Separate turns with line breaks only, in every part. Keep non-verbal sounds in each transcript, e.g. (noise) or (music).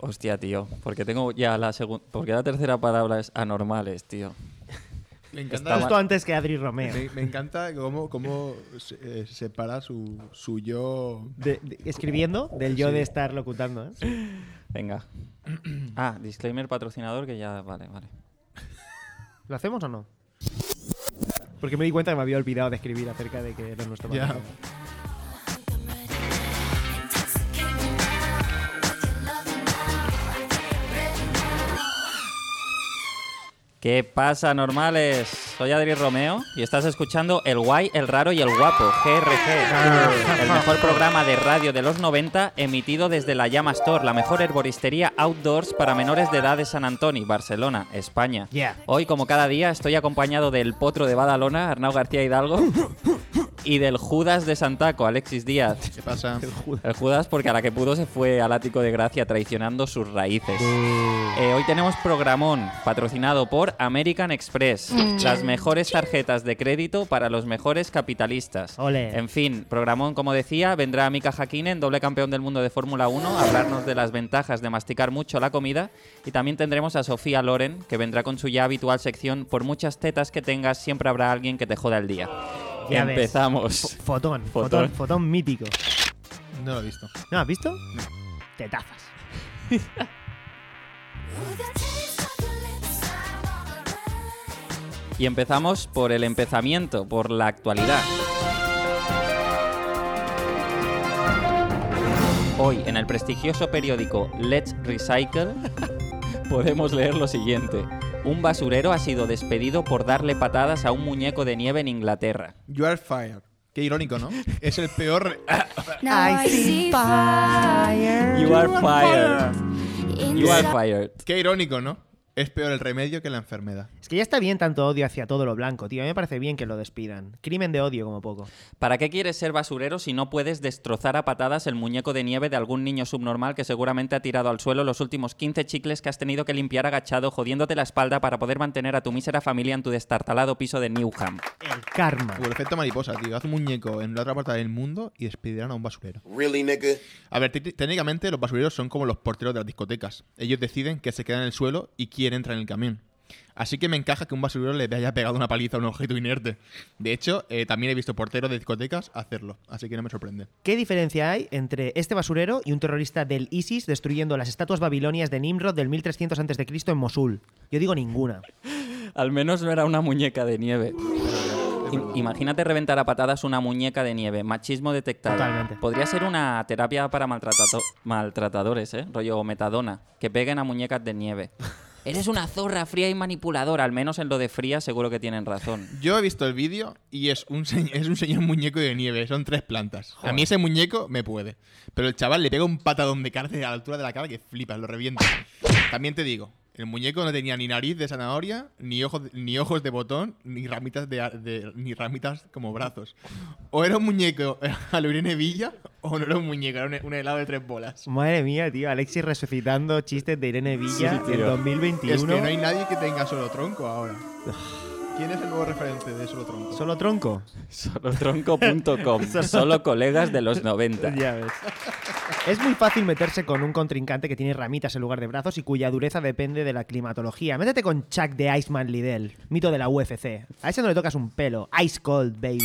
Hostia, tío, porque tengo ya la segunda. Porque la tercera palabra es anormales, tío.
Me
Está
encanta,
mal.
Justo antes que Adri Romeo.
me, me encanta cómo, cómo se- eh, separa su, su yo.
De- de- escribiendo del yo de estar locutando. ¿eh?
Venga. Ah, disclaimer patrocinador que ya. Vale, vale.
¿Lo hacemos o no? Porque me di cuenta que me había olvidado de escribir acerca de que era nuestro
Ya.
patrocinador.
¿Qué pasa, normales? Soy Adri Romeo y estás escuchando El Guay, El Raro y El Guapo, GRG. El mejor programa de radio de los 90 emitido desde la Llama Store, la mejor herboristería outdoors para menores de edad de San Antoni, Barcelona, España.
Yeah.
Hoy, como cada día, estoy acompañado del potro de Badalona, Arnau García Hidalgo, y del Judas de Santaco, Alexis Díaz.
¿Qué pasa?
(laughs) El Judas porque a la que pudo se fue al ático de Gracia traicionando sus raíces.
Mm.
Eh, hoy tenemos programón patrocinado por American Express. Las mejores tarjetas de crédito para los mejores capitalistas.
Ole.
En fin, programón, como decía, vendrá Mika Hakkinen, doble campeón del mundo de Fórmula 1, a hablarnos de las ventajas de masticar mucho la comida. Y también tendremos a Sofía Loren, que vendrá con su ya habitual sección Por muchas tetas que tengas, siempre habrá alguien que te joda el día.
Ya ves.
Empezamos.
Fo- Fotón,
Fotón.
fotón, fotón mítico.
No lo he visto.
¿No has visto? Tetazas.
Y empezamos por el empezamiento, por la actualidad. Hoy, en el prestigioso periódico Let's Recycle, (laughs) podemos leer lo siguiente. Un basurero ha sido despedido por darle patadas a un muñeco de nieve en Inglaterra.
You are fired. Qué irónico, ¿no? Es el peor. (laughs)
I see fire.
You are fired. You are fired.
Qué irónico, ¿no? Es peor el remedio que la enfermedad.
Es que ya está bien tanto odio hacia todo lo blanco, tío. A mí me parece bien que lo despidan. Crimen de odio, como poco.
¿Para qué quieres ser basurero si no puedes destrozar a patadas el muñeco de nieve de algún niño subnormal que seguramente ha tirado al suelo los últimos 15 chicles que has tenido que limpiar agachado jodiéndote la espalda para poder mantener a tu mísera familia en tu destartalado piso de Newham?
El karma.
O el efecto mariposa, tío. Haz un muñeco en la otra parte del mundo y despedirán a un basurero.
Really, nigga?
A ver, te- técnicamente los basureros son como los porteros de las discotecas. Ellos deciden que se queda en el suelo y quién entra en el camión. Así que me encaja que un basurero le haya pegado una paliza a un objeto inerte. De hecho, eh, también he visto porteros de discotecas hacerlo, así que no me sorprende.
¿Qué diferencia hay entre este basurero y un terrorista del ISIS destruyendo las estatuas babilonias de Nimrod del 1300 a.C. en Mosul? Yo digo ninguna.
Al menos no era una muñeca de nieve. I- Imagínate reventar a patadas una muñeca de nieve. Machismo detectado.
Totalmente.
Podría ser una terapia para maltratato- maltratadores, ¿eh? Rollo metadona. Que peguen a muñecas de nieve. Eres una zorra fría y manipuladora. Al menos en lo de fría seguro que tienen razón.
Yo he visto el vídeo y es un, se- es un señor muñeco de nieve, son tres plantas. A mí ese muñeco me puede. Pero el chaval le pega un patadón de cárcel a la altura de la cara que flipas, lo revienta. También te digo, el muñeco no tenía ni nariz de zanahoria, ni ojos, ni ojos de botón, ni ramitas, de, a- de- ni ramitas como brazos. O era un muñeco (laughs) a lo Irene Villa, o no era un muñeco, era un, un helado de tres bolas.
Madre mía, tío. Alexis resucitando chistes de Irene Villa
Sí,
en
tío.
Es que
2021.
no hay nadie que tenga solo tronco ahora. ¿Quién es el nuevo referente de solo tronco?
Solo tronco.
Solotronco.com. Solo colegas de los 90.
Ya ves. Es muy fácil meterse con un contrincante que tiene ramitas en lugar de brazos y cuya dureza depende de la climatología. Métete con Chuck de Iceman Liddell, mito de la UFC. A ese no le tocas un pelo. Ice cold, baby.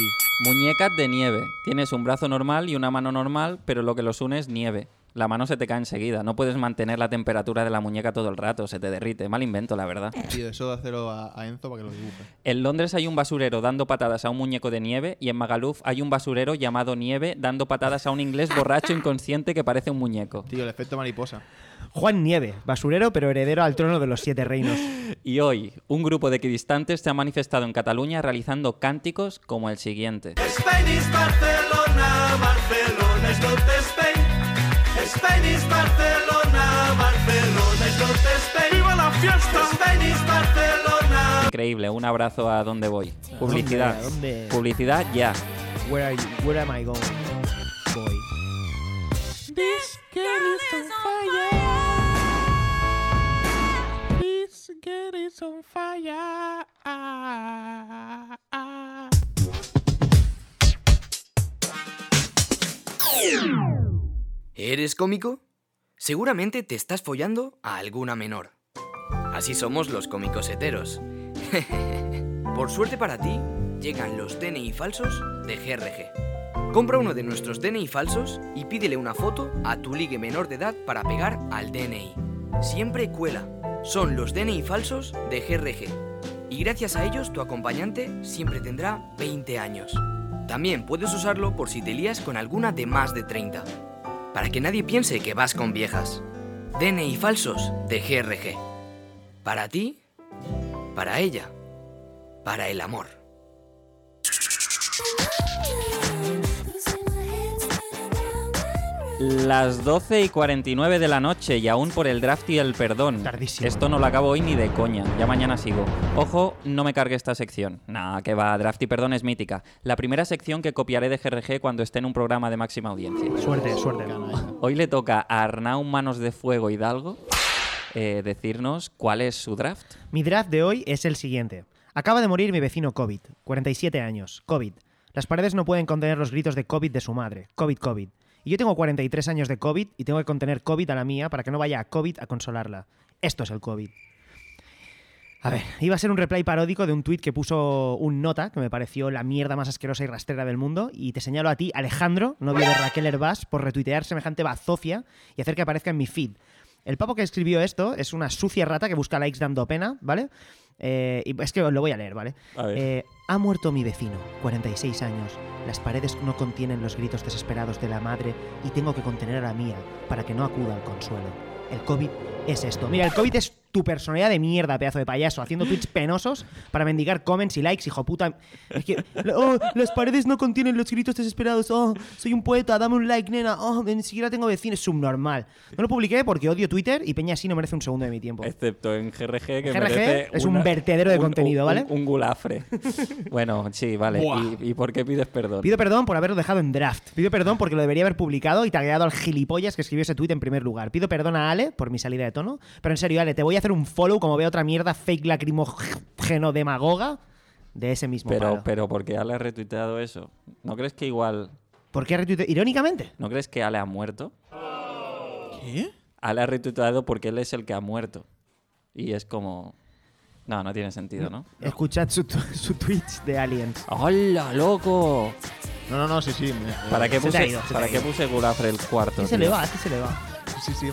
Muñecas de nieve. Tienes un brazo normal y una mano normal, pero lo que los une es nieve. La mano se te cae enseguida. No puedes mantener la temperatura de la muñeca todo el rato. Se te derrite. Mal invento, la verdad.
Tío, eso de hacerlo a, a Enzo para que lo dibuje.
En Londres hay un basurero dando patadas a un muñeco de nieve y en Magaluf hay un basurero llamado Nieve dando patadas a un inglés borracho inconsciente que parece un muñeco.
Tío, el efecto mariposa.
Juan Nieve, basurero pero heredero al trono de los siete reinos.
(laughs) Y hoy, un grupo de equidistantes se ha manifestado en Cataluña realizando cánticos como el siguiente.
Spain is Barcelona, Barcelona is not Spain. Spain is Barcelona, Barcelona is not Spain. ¡Viva la fiesta! Spain is Barcelona.
Increíble, un abrazo a donde voy. Publicidad.
¿Dónde?
Publicidad ya.
Where are you? Where am I going? Boy.
¿Eres cómico? seguramente te estás follando a alguna menor. Así somos los cómicos heteros. (laughs) Por suerte para ti, llegan los DNI falsos de GRG. Compra uno de nuestros DNI falsos y pídele una foto a tu ligue menor de edad para pegar al DNI. Siempre cuela. Son los DNI falsos de GRG. Y gracias a ellos tu acompañante siempre tendrá 20 años. También puedes usarlo por si te lías con alguna de más de 30. Para que nadie piense que vas con viejas. DNI falsos de GRG. Para ti, para ella, para el amor.
Las 12 y 49 de la noche y aún por el draft y el perdón.
Tardísimo.
Esto no lo acabo hoy ni de coña. Ya mañana sigo. Ojo, no me cargue esta sección. Nah, que va, draft y perdón es mítica. La primera sección que copiaré de GRG cuando esté en un programa de máxima audiencia.
Suerte, suerte.
Hoy le toca a Arnau Manos de Fuego Hidalgo eh, decirnos cuál es su draft.
Mi draft de hoy es el siguiente. Acaba de morir mi vecino COVID, 47 años, COVID. Las paredes no pueden contener los gritos de COVID de su madre, COVID, COVID. Y yo tengo 43 años de COVID y tengo que contener COVID a la mía para que no vaya a COVID a consolarla. Esto es el COVID. A ver, iba a ser un reply paródico de un tuit que puso un nota, que me pareció la mierda más asquerosa y rastrera del mundo, y te señalo a ti, Alejandro, novio de Raquel Herbás, por retuitear semejante bazofia y hacer que aparezca en mi feed. El papo que escribió esto es una sucia rata que busca likes dando pena, ¿vale? Eh, y es que os lo voy a leer, ¿vale?
A ver.
Eh, ha muerto mi vecino, 46 años. Las paredes no contienen los gritos desesperados de la madre y tengo que contener a la mía para que no acuda al consuelo. El COVID es esto. Mira, el COVID es tu personalidad de mierda, pedazo de payaso, haciendo tweets penosos para mendigar comments y likes, hijo puta. Es que, oh, las paredes no contienen los gritos desesperados. Oh, soy un poeta, dame un like, nena. Oh, ni siquiera tengo vecinos, subnormal. No lo publiqué porque odio Twitter y Peña así no merece un segundo de mi tiempo.
Excepto en GRG, que
GRG
merece
es un vertedero de contenido, ¿vale?
Un, un
(laughs)
gulafre. bueno, sí, vale.
Buah.
¿Y, y por qué pides perdón?
Pido perdón por haberlo dejado en draft. Pido perdón porque lo debería haber publicado y tagueado al gilipollas que escribió ese tuit en primer lugar. Pido perdón a Ale por mi salida de tono. Pero en serio, Ale, te voy a hacer un follow como vea otra mierda fake lacrimógeno demagoga de ese mismo
pero,
palo.
pero porque Ale ha retuiteado eso. ¿No crees que igual...
¿Por qué retuite? Irónicamente.
¿No crees que Ale ha muerto?
¿Qué?
Ale ha retuiteado porque él es el que ha muerto. Y es como... No, no tiene sentido, ¿no?
Escuchad su, tu- su Twitch de Aliens.
¡Hola, loco!
No, no, no, sí, sí. me- eh,
¿Para qué
Se te ha
puse,
ido, se te
¿para
ha
qué
ido.
puse Gulafre el cuarto?
¿Qué Este se
tío?
le va? eh. ¿Qué se le va?
Sí, sí.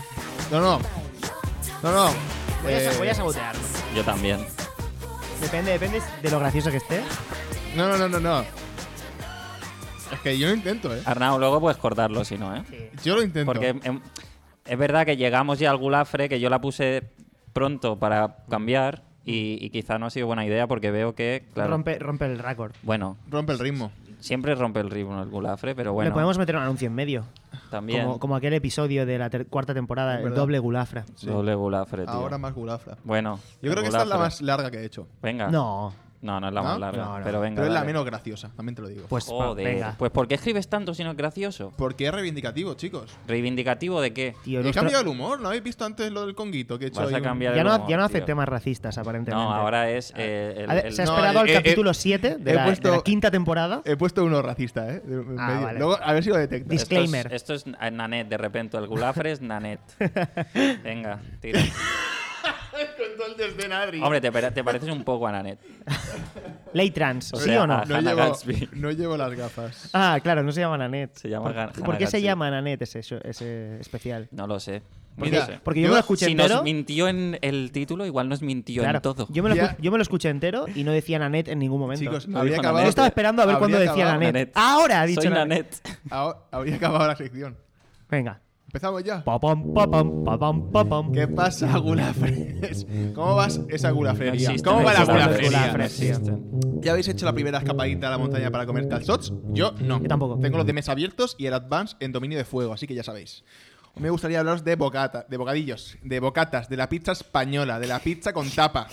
No, no. No, no.
Voy a,
Eh,
sa- voy a sabotearlo.
Yo también.
Depende, depende de lo gracioso que esté.
no, no, no, no, no. Es que yo lo intento, ¿eh?
Arnau, luego puedes cortarlo si no, ¿eh?
Yo lo intento.
Porque em, es verdad que llegamos ya al Gulafre, que yo la puse pronto para cambiar y, y quizá no ha sido buena idea porque veo que, claro,
Rompe, rompe el récord.
bueno,
Rompe el ritmo.
siempre rompe el ritmo el Gulafre, pero
Le
bueno,
podemos meter un anuncio en medio.
también
Como, como aquel episodio de la ter- cuarta temporada, el
verdad.
doble gulafra.
doble Gulafre, tío.
Ahora más gulafra.
Bueno,
Yo
el
creo que esta es la
Gulafre.
más larga que he hecho.
Venga.
No.
No, no es la
¿No?
más larga,
No, no.
pero venga.
Pero es la
dale.
menos graciosa, también te lo digo.
Pues va,
Joder.
venga.
Pues ¿por qué escribes tanto si no es gracioso?
Porque es reivindicativo, chicos.
¿Reivindicativo de qué?
Tío,
He
nuestro-
cambiado el humor, ¿no habéis visto antes lo del conguito que he hecho?
Vas
ahí
a
un-
cambiar
ya
el
no,
humor,
ya no
tío.
hace temas racistas, aparentemente.
No, ahora es eh, el-
Ha de-
el-
se ha
No,
esperado al
eh, eh,
capítulo 7 de,
he
la- de
puesto-
la quinta temporada.
He puesto uno racista, ¿eh? De- en
Ah,
medio.
vale.
Luego, a ver si lo detectas.
Dis-
Esto es-
Disclaimer.
Esto es, eh, Nanet, de repente. El gulafre es Nanet. Venga, tira. Hombre, te, pare- te pareces un poco a Nanet.
Ley trans,
O
¿sí
sea, ah,
o no?
a-
No
Hannah
llevo,
Gatsby.
no llevo las gafas.
Ah, claro, no se llama Nanette.
Se llama
¿Por,
Hannah
¿por qué se
Gatsby.
llama Nanette ese, show- ese especial?
No lo sé. No
Mira,
lo sé.
Porque yo,
Yo-
me lo escuché
Si
entero.
nos mintió en el título, igual nos mintió
claro,
en todo.
Yo me, lo,
Ya.
escu- yo me lo escuché entero y no decía Nanette en ningún momento.
Chicos,
No
habría
dijo
acabado.
nada.
yo estaba esperando a ver cuándo
habría
decía
(laughs)
acabado-
Nanette. Ahora ha dicho
Soy
Nanette. (laughs)
Nanet.
Ahora- Habría acabado la sección.
Venga.
Empezamos ya.
Pa, pam, pa, pam, pa, pam, pa, pam.
¿Qué pasa, Gulafres? ¿Cómo vas esa gulafrería?
existen,
¿Cómo va la
no existen
gulafrería?
los
gulafrería?
gulafres,
tío.
existen.
¿Ya habéis hecho la primera escapadita a la montaña para comer calzots? Yo no.
Yo tampoco.
Tengo los de mesa abiertos y el advance en dominio de fuego, así que ya sabéis. Hoy Me gustaría hablaros de bocata, de bocadillos, de bocatas, de la pizza española, de la pizza con tapa.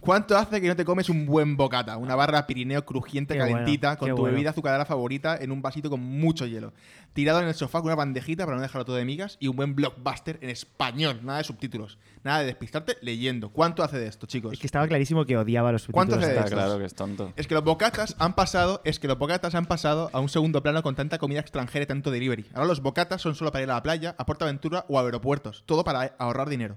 ¿Cuánto hace que no te comes un buen bocata? Una barra pirineo crujiente,
Qué bueno,
calentita, con
qué
tu
bueno.
bebida azucarera favorita en un vasito con mucho hielo. Tirado en el sofá con una bandejita para no dejarlo todo de migas y un buen blockbuster en español, nada de subtítulos. Nada de despistarte leyendo. ¿Cuánto hace de esto, chicos?
Es que estaba clarísimo que odiaba los subtítulos.
¿Cuántos de
Estaba
Está
estos?
claro que es tonto.
Es que los bocatas han pasado, es que los bocatas han pasado a un segundo plano con tanta comida extranjera y tanto delivery. Ahora los bocatas son solo para ir a la playa, a PortAventura o a aeropuertos, todo para ahorrar dinero.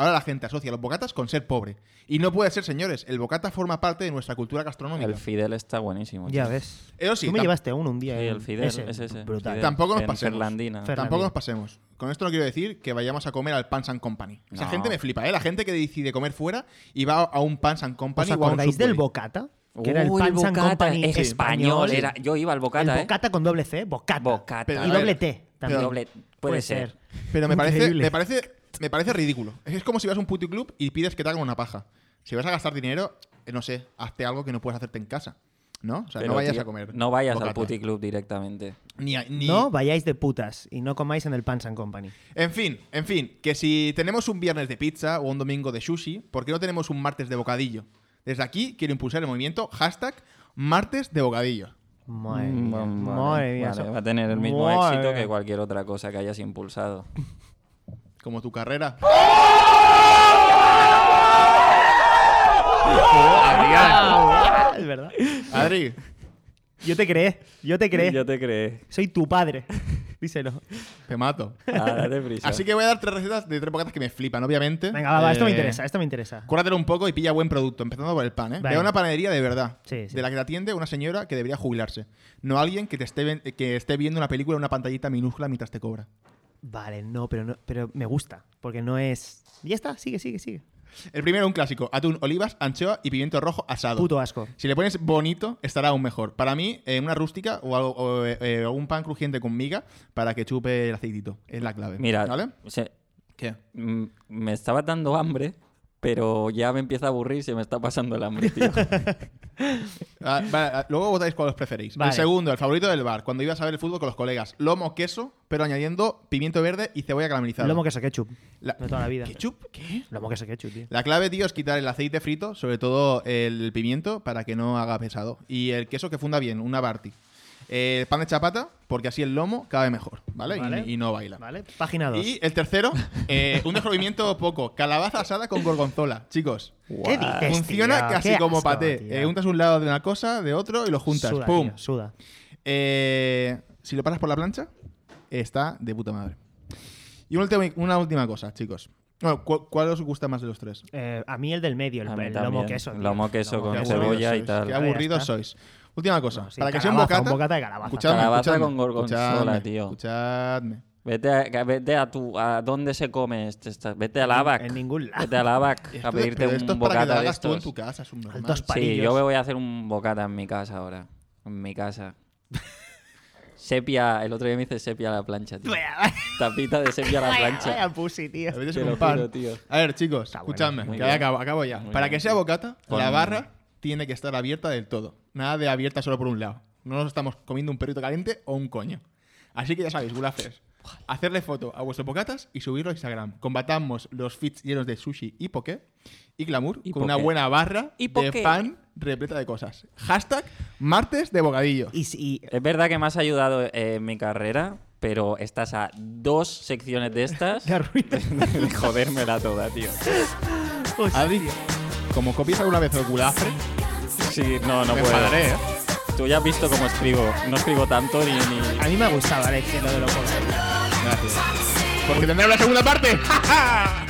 Ahora la gente asocia los bocatas con ser pobre. Y no puede ser, señores, el bocata forma parte de nuestra cultura gastronómica.
El Fidel está buenísimo.
Ya
tío.
ves.
Eso sí,
Tú me
tam-
llevaste uno un día.
Sí,
eh.
el Fidel, ese, ese.
Brutal.
Fidel,
Tampoco nos
eh, en
pasemos.
Ferlandina.
Fer-
Tampoco
Fernández.
nos pasemos. Con esto no quiero decir que vayamos a comer al Pans and Company. Esa
No.
gente me flipa, ¿eh? La gente que decide comer fuera y va a un Pans and Company
¿Os
o a un
acordáis del
Subway.
bocata? Que era el
Uy,
Pan
bocata,
Company
es español. Era, yo iba al bocata,
el
¿eh?
bocata con doble C, bocata.
Bocata.
Pero,
Y
a ver,
doble T también.
doble- puede ser.
Pero me parece,
Increíble.
me parece me parece ridículo. Es como si vas a un puticlub y pides que te hagan una paja. Si vas a gastar dinero, eh, no sé, hazte algo que no puedes hacerte en casa. ¿No? O sea,
Pero,
no vayas
tío,
a comer.
No vayas
bocata.
al puticlub directamente.
Ni, a- ni-
No vayáis de putas y no comáis en el Pans and Company.
En fin, en fin, que si tenemos un viernes de pizza o un domingo de sushi, ¿por qué no tenemos un martes de bocadillo? Desde aquí quiero impulsar el movimiento hashtag martes de bocadillo.
Madre
Mm,
mía.
vale,
madre mía,
vale,
eso-
va a tener el mismo
madre
éxito
mía.
que cualquier otra cosa que hayas
(laughs)
impulsado.
Como tu carrera.
Ah, (laughs) Es verdad.
Adri,
Yo te creé, yo te creé.
Yo te creé.
Soy
(laughs)
tu padre. Díselo.
te mato.
Ah,
(laughs)
date prisa.
Así que voy a dar tres recetas de tres bocatas que me flipan, obviamente.
Venga, va, va, esto me
Eh,
interesa, esto me interesa.
Cúratelo un poco y pilla buen producto, empezando por el pan, ¿eh?
Vale.
Ve a una panadería de verdad,
Sí, sí.
de la que te atiende una señora que debería jubilarse, no alguien que te esté ven- que esté viendo una película en una pantallita minúscula mientras te cobra.
Vale, no pero, no, pero me gusta, porque no es... Ya está, sigue, sigue, sigue.
El primero, un clásico, atún, olivas, anchoa y pimiento rojo asado.
Puto asco.
Si le pones bonito, estará aún mejor. Para mí, eh, una rústica o, algo- o, eh, eh, algún pan crujiente con miga para que chupe el aceitito. Es la clave.
Mira,
¿Vale?
se-
¿Qué?
mm, me estaba dando hambre, pero ya me empieza a aburrir se me está pasando el hambre,
(laughs)
tío.
Ah, vale, ah, luego votáis cuál os preferís.
Vale.
El segundo, el favorito del bar, cuando ibas a ver el fútbol con los colegas. Lomo, queso, pero añadiendo pimiento verde y cebolla caramelizada.
Lomo, queso, ketchup.
La-
De toda la vida.
¿Ketchup? ¿Qué?
Lomo, queso, ketchup, tío.
La clave, tío, es quitar el aceite frito, sobre todo el pimiento, para que no haga pesado. Y el queso que funda bien, una Barty. El pan de chapata, porque así el lomo cabe mejor, ¿vale? Y-
Vale.
Y, no baila.
¿Vale? Página 2.
Y el tercero, eh, un descubrimiento poco. Calabaza asada con gorgonzola, chicos.
¿Qué dices,
Funciona
tío?
casi
Qué
como
asco,
paté.
tío.
Eh, untas un lado de una cosa, de otro y lo juntas.
Suda,
¡Pum!
tío, suda.
Eh, si lo paras por la plancha, está de puta madre. Y una última, una última cosa, chicos. Bueno, ¿cu- ¿cuál os gusta más de los tres?
Eh, a mí el del medio, el,
A mí
el
también.
lomo queso. tío.
Lomo queso con
Qué
queso.
aburridos
(laughs)
cebolla y
sois,
tal.
Qué
Ya
aburridos
está.
sois. Última cosa,
No, sí,
para que sea un
calabaza,
bocata.
un bocata de calabaza.
Escuchadme,
Calabaza
escuchadme,
con gorgonzola,
escuchadme,
tío.
Escuchadme.
Vete a, vete a tu a dónde se come este, esta- vete al ABAC.
en ningún lado.
Vete al ABAC
Esto,
a pedirte
pero esto
un
es para que lo
bocata de
hagas tú en
estos.
tu casa, es un normal.
Altos pa-
sí,
Parillos.
yo me voy a hacer un bocata en mi casa ahora, en mi
(laughs)
casa. sepia, el otro día me hice sepia a la plancha, tío. Tapita de sepia a la plancha.
Vaya pussy, tío.
A veces
Te
con
lo
pan.
juro, tío.
A ver, chicos,
bueno,
escuchadme,
muy
que
bien.
acabo, acabo ya.
Muy
para
bien.
que sea bocata,
Con-
la barra tiene que estar abierta del todo. Nada de abierta solo por un lado. No nos estamos comiendo un perrito caliente o un coño. Así que ya sabéis, gulafes. Hacerle foto a vuestros bocatas y subirlo a Instagram. Combatamos los feeds llenos de sushi y poké y glamour
Y
con una
poké.
buena barra
Y
de
poké.
pan repleta de cosas. Hashtag martes de bocadillo.
Y, si- y-
Es verdad que me has ayudado eh, en mi carrera, pero estás a dos secciones de estas
(laughs)
De arruinar.
de (laughs) jodérmela toda, tío.
Adri, como copies alguna vez el gulafre,
Sí, no, no
me
puedo.
enfadaré, ¿eh?
Tú ya has visto cómo escribo. No escribo tanto ni... ni-
a mí me ha gustado, Alex, lo de lo poco.
Gracias. Porque tendremos la segunda parte. (laughs) ¡Ja, ja!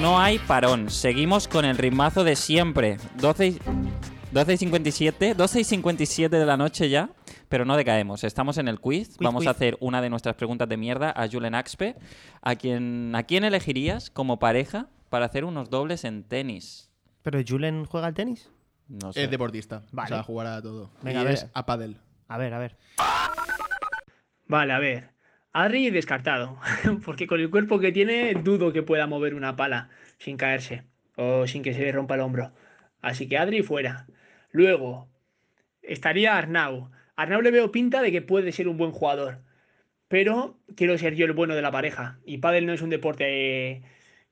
No hay parón. Seguimos con el ritmazo de siempre. 12 y, 12 y 57, 12 y 57 de la noche ya. Pero no decaemos, estamos en el quiz. Vamos
quiz.
a hacer una de nuestras preguntas de mierda a Julen Axpe. ¿A quién, ¿A quién elegirías como pareja para hacer unos dobles en tenis?
Pero Julen juega al tenis.
No sé.
Es deportista.
Vale.
O sea, jugará a todo.
Venga,
y
a ver.
es a pádel.
A ver, a ver.
Vale, a ver. Adri descartado, (laughs) porque con el cuerpo que tiene dudo que pueda mover una pala sin caerse o sin que se le rompa el hombro. Así que Adri fuera. Luego, estaría Arnau. Arnau le veo pinta de que puede ser un buen jugador, pero quiero ser yo el bueno de la pareja. Y pádel no es un deporte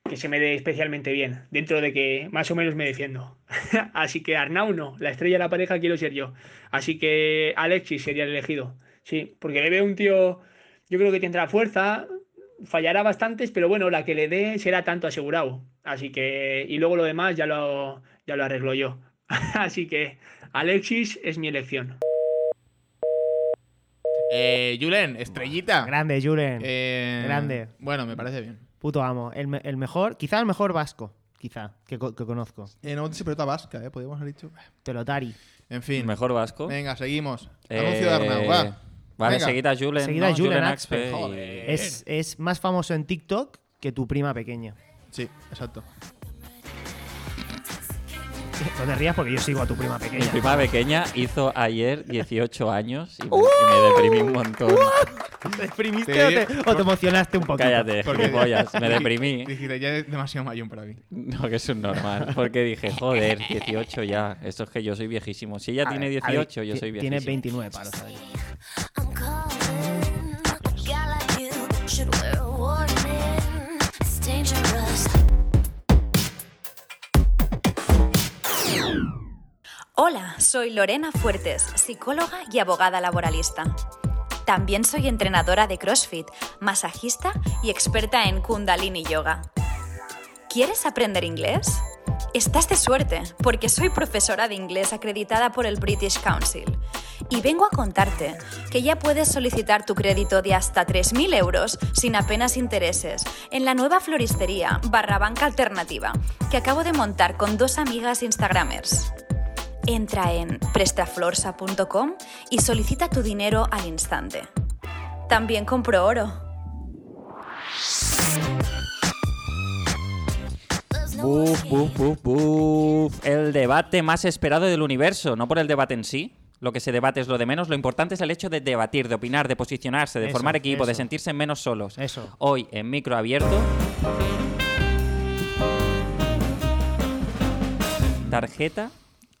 que se me dé especialmente bien, dentro de que más o menos me defiendo. (laughs) Así que Arnau no, la estrella de la pareja quiero ser yo. Así que Alexis sería el elegido. Sí, porque le veo un tío, yo creo que tendrá fuerza, fallará bastantes, pero bueno, la que le dé será tanto asegurado. Así que, y luego lo demás ya lo, ya lo arreglo yo. (laughs) Así que Alexis es mi elección.
Eh, Julen, estrellita.
Grande, Julen.
Ah. Eh,
grande.
Bueno, me parece bien.
Puto amo. El, me- el mejor, quizá el mejor vasco, quizá, que, co- que conozco.
Eh, no se pelota vasca, ¿eh? Podríamos haber dicho.
Pelotari.
En fin.
Mejor vasco.
Venga, seguimos.
Eh,
Anuncio de Arnau, va.
Vale,
Venga.
seguida Julen.
Seguida
¿no?
Julen
Axpe.
Axpe,
y-
joder.
Es, es más famoso en TikTok que tu prima pequeña. (laughs)
Sí, exacto.
No te rías porque yo sigo a tu prima
Mi
pequeña.
prima pequeña hizo ayer 18 años y me,
¡Uh!
y me deprimí un montón.
¿Te deprimiste
Sí.
o, te, o te emocionaste un poquito?
Cállate,
(laughs)
gilipollas, me
(laughs)
deprimí. eh.
Dijiste, ya es demasiado mayor para mí.
No, que es un normal. Porque dije, joder, 18 ya. Esto es que yo soy viejísimo. Si ella
A
tiene
ver, a
18,
ver,
yo
ti-
soy viejísimo.
Tiene 29 palos. a ver.
I'm calling. A guy like you should wear a warning. It's dangerous.
Hola, soy Lorena Fuertes, psicóloga y abogada laboralista. También soy entrenadora de CrossFit, masajista y experta en Kundalini Yoga. ¿Quieres aprender inglés? Estás de suerte, porque soy profesora de inglés acreditada por el British Council. Y vengo a contarte que ya puedes solicitar tu crédito de hasta 3.000 euros sin apenas intereses en la nueva floristería barra banca alternativa que acabo de montar con dos amigas instagramers. Entra en prestaflorsa.com y solicita tu dinero al instante. También compro oro.
Buf, buf, buf, buf. El debate más esperado del universo, no por el debate en sí. Lo que se debate es lo de menos, lo importante es el hecho de debatir, de opinar, de posicionarse, de
Eso,
formar equipo, de
eso.
sentirse menos solos.
Eso.
Hoy en micro abierto. ¿Tarjeta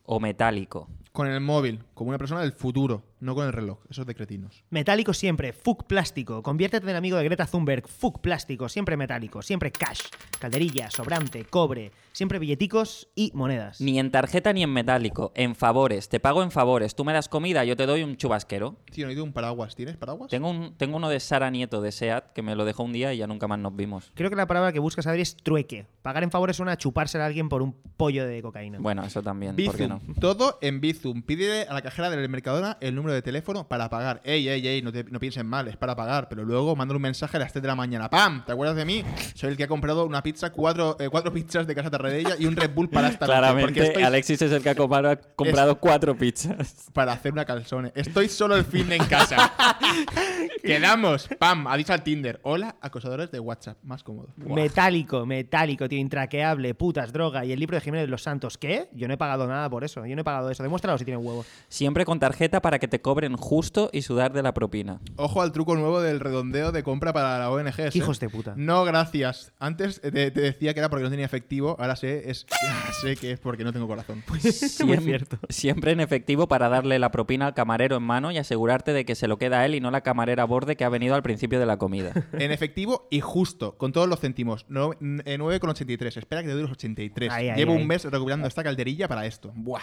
o metálico?
Con el móvil, como una persona del futuro, no con el reloj. Eso es de cretinos.
Metálico siempre, fuck plástico. Conviértete en amigo de Greta Thunberg, fuck plástico, siempre metálico, siempre cash, calderilla, sobrante, cobre, siempre billeticos y monedas.
Ni en tarjeta ni en metálico. En favores. Te pago en favores. Tú me das comida, yo te doy un chubasquero.
Tío, necesito un paraguas. ¿Tienes paraguas?
Tengo, un, tengo uno de Sara Nieto de SEAT que me lo dejó un día y ya nunca más nos vimos.
Creo que la palabra que buscas, Adri, es trueque. Pagar en favores suena a chupársela a alguien por un pollo de cocaína.
Bueno, eso también. ¿Por qué
Bizum.
no?
Todo en Bizum. Pídele a la cajera del Mercadona el número de teléfono para pagar. Ey, ey, ey, no, te- no piensen mal, es para pagar. Pero luego mándale un mensaje a las 3 de la mañana. ¡Pam! ¿Te acuerdas de mí? Soy el que ha comprado una pizza, cuatro, eh, cuatro pizzas de Casa Tarradella y un Red Bull para esta noche, porque
Claramente,
estoy
Alexis es el que ha comprado, ha comprado cuatro pizzas.
para hacer una calzone. Estoy solo el fin de en casa.
(laughs)
Quedamos. ¡Pam! Avisa al Tinder. Hola, acosadores de WhatsApp. Más cómodo. Buah.
Metálico, metálico, tío, intraqueable, putas, droga y el libro de Jiménez de los Santos. ¿Qué? Yo no he pagado nada por eso, yo no he pagado eso. Demuéstralo si tiene huevos.
Siempre con tarjeta para que te cobren justo y sudar de la
(laughs)
propina.
Ojo al truco nuevo del redondeo de compra para la ONG. ¿eh?
Hijos de puta.
No, gracias. Antes eh, te, te decía que era porque no tenía efectivo, ahora sé, es, (laughs) ya sé que es porque no tengo corazón.
Pues, (laughs) Siem-
cierto.
Siempre en efectivo para darle la propina al camarero en mano y asegurarte de que se lo queda a él y no la camarera a borde que ha venido al principio de la comida.
En efectivo y justo, con todos los céntimos. No, eh, 9,83. Espera que te doy los 83.
Ahí, ahí,
Llevo
ahí.
un mes recuperando esta calderilla para esto. Buah.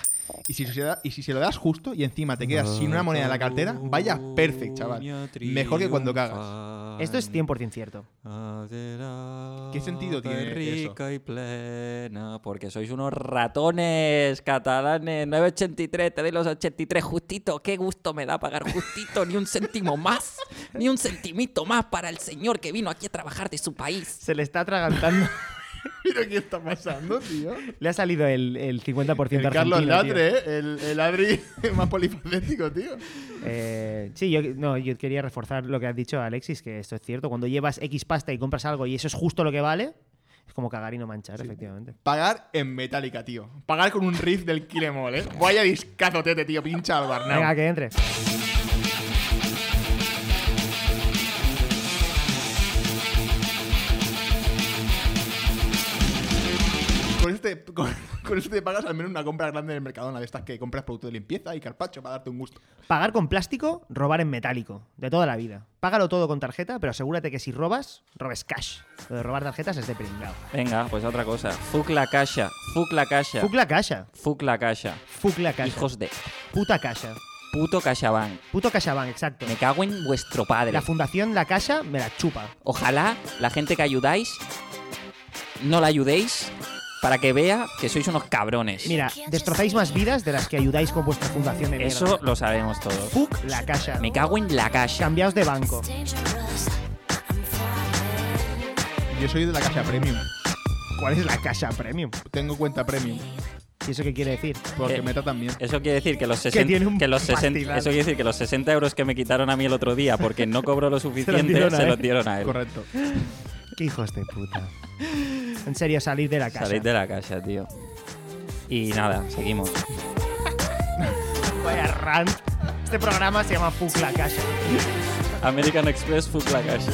Y si, se da- y si se lo das justo y encima te quedas sin una moneda en la cartera, vaya perfect, chaval. Mejor que cuando (laughs) cagas.
Esto
Mm.
es 100% cierto.
¿Qué sentido tiene eso?
Rica y plena, porque sois unos ratones catalanes. 9.83, te doy los 83 justito. Qué gusto me da pagar justito, ni un céntimo más, ni un centimito más para el señor que vino aquí a trabajar de su país.
Se le está atragantando.
Pero ¿qué está pasando, tío?
le ha salido el, el 50%
El Carlos
argentino, tío.
Latre, ¿eh? el, el Adri (laughs) más polifacético, tío.
Eh, sí, yo, no, yo quería reforzar lo que has dicho, Alexis, que esto es cierto. Cuando llevas X pasta y compras algo y eso es justo lo que vale, es como cagar y no manchar, efectivamente.
Pagar en Metallica, tío. Pagar con un riff del Kilemol, ¿eh? Vaya discazo, tete, tío. Pincha al Barnau.
Venga, que entre.
Con, este, con, Con eso te pagas al menos una compra grande en el Mercadona, de estas que compras productos de limpieza y carpacho para darte un gusto.
Pagar con plástico, robar en metálico. De toda la vida. Págalo todo con tarjeta, pero asegúrate que si robas, robes cash. Lo de robar tarjetas es de pringao.
Venga, pues otra cosa. Fuck la caja. Fuck la caja.
Fuck la caja.
Fuck la caja.
Fuck la caja.
Hijos de
Puta caja.
puto CaixaBank.
Puto CaixaBank, exacto.
Me cago en vuestro padre.
La fundación La Casa me la chupa.
Ojalá la gente que ayudáis no la ayudéis para que vea que sois unos cabrones.
Mira, destrozáis más vidas de las que ayudáis con vuestra fundación de mierda.
Eso lo sabemos todos.
Fuck La Casa.
Me cago en la caja.
Cambiaos de banco.
dangerous. I'm falling.
Yo soy de la casa premium.
¿Cuál es la Casa Premium?
Tengo cuenta premium.
¿Y eso qué quiere decir?
Porque
Eh.
me tratan bien.
Eso quiere decir que los
tiene
60
un
que los 60
pastizal.
eso quiere decir que los 60 euros que me quitaron a mí el otro día porque no cobró
(laughs)
lo suficiente
dieron a
se
él.
los dieron a él.
Correcto.
¡Qué hijos de puta! En serio, salir de la casa.
Salid de la caja, tío. Y nada, seguimos.
Vaya rant. Este programa se llama Fuck la Casa.
American Express Food La Casa.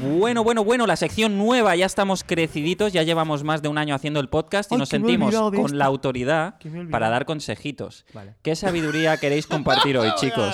Bueno, bueno, bueno, la sección nueva, ya estamos creciditos, ya llevamos más de un año haciendo el podcast y
Ay,
nos
que me he
sentimos
olvidado
con
de esto.
la autoridad
Que me he olvidado.
para dar consejitos.
Vale.
¿Qué sabiduría queréis compartir
(laughs)
hoy, chicos?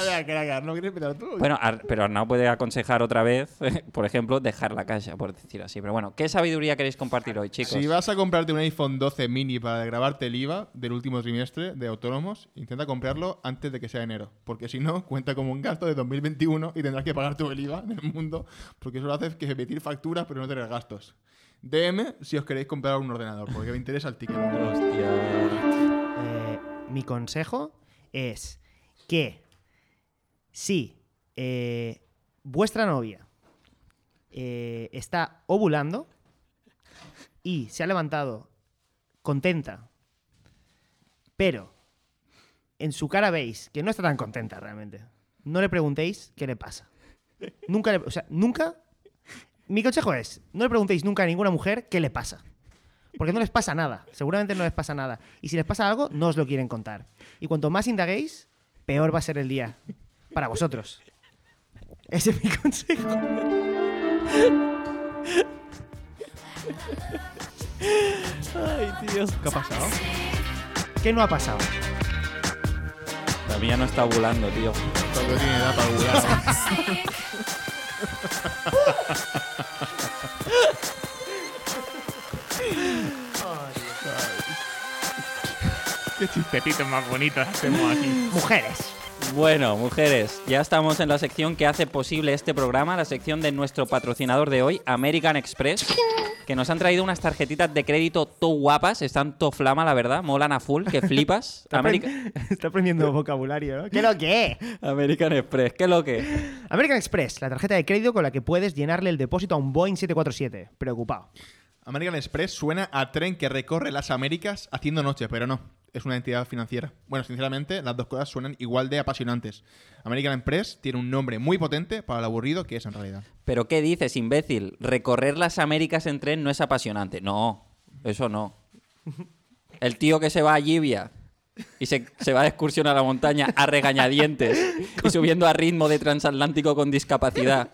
¿No quieres empezar tú?
Bueno, Ar- pero Arnau puede aconsejar otra vez, (laughs) por ejemplo, dejar la casa, por decir así. Pero bueno, ¿qué sabiduría queréis compartir hoy, chicos?
Si vas a comprarte un iPhone 12 mini para grabarte el IVA del último trimestre de autónomos, intenta comprarlo antes de que sea enero, porque si no, cuenta como un gasto de 2021 y tendrás que pagar todo el IVA del mundo, porque eso lo hace que emitir facturas pero no tener gastos. DM si os queréis comprar un ordenador, porque me interesa el ticket.
Eh, mi consejo es que si eh, vuestra novia eh, está ovulando y se ha levantado contenta, pero en su cara veis que no está tan contenta realmente, no le preguntéis qué le pasa. Nunca, le- o sea, nunca. Mi consejo es, no le preguntéis nunca a ninguna mujer qué le pasa. Porque no les pasa nada. Seguramente no les pasa nada. Y si les pasa algo, no os lo quieren contar. Y cuanto más indaguéis, peor va a ser el día. Para vosotros. Ese es mi (laughs) consejo.
¿Qué ha pasado?
¿Qué no ha pasado?
La mía no está volando, tío.
Esto no tiene edad para jugar. Qué chistecitos más bonitos hacemos aquí.
Mujeres.
Bueno, mujeres, ya estamos en la sección que hace posible este programa, la sección de nuestro patrocinador de hoy, American Express, que nos han traído unas tarjetitas de crédito to guapas, están to flama, la verdad, molan a full, que flipas.
Está,
América-
apren- (laughs) está aprendiendo vocabulario, ¿no? ¿Qué lo que?
American Express, ¿qué lo que?
American Express, la tarjeta de crédito con la que puedes llenarle el depósito a un Boeing 747. Preocupado.
American Express suena a tren que recorre las Américas haciendo noche, pero no. Es una entidad financiera. Bueno, sinceramente, las dos cosas suenan igual de apasionantes. American Express tiene un nombre muy potente para lo aburrido que es en realidad.
Pero ¿qué dices, imbécil? Recorrer las Américas en tren no es apasionante. No, eso no. El tío que se va a Libia y se, se va de excursión a la montaña a regañadientes y subiendo a ritmo de transatlántico con discapacidad.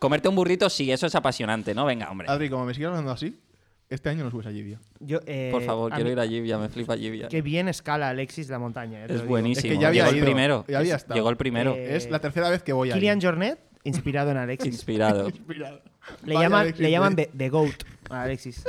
Comerte un burrito, sí, eso es apasionante, ¿no? Venga, hombre.
Adri, como me sigas hablando así, este año no subes allí, tío.
Yo, eh,
Por favor,
a
quiero
mí-
ir a Libia, me flipa Libia.
Qué bien escala Alexis la montaña. eh, te lo
Es
digo.
buenísimo.
Es que ya había
Llegó el
ido,
primero.
ya había
Es-
estado.
Llegó el primero.
Eh,
Es la tercera vez que voy allí.
Kilian Jornet, inspirado en
(laughs)
Alexis.
Inspirado.
Le
Vaya
llaman,
Alexis,
le
eh.
llaman the, the Goat a Alexis.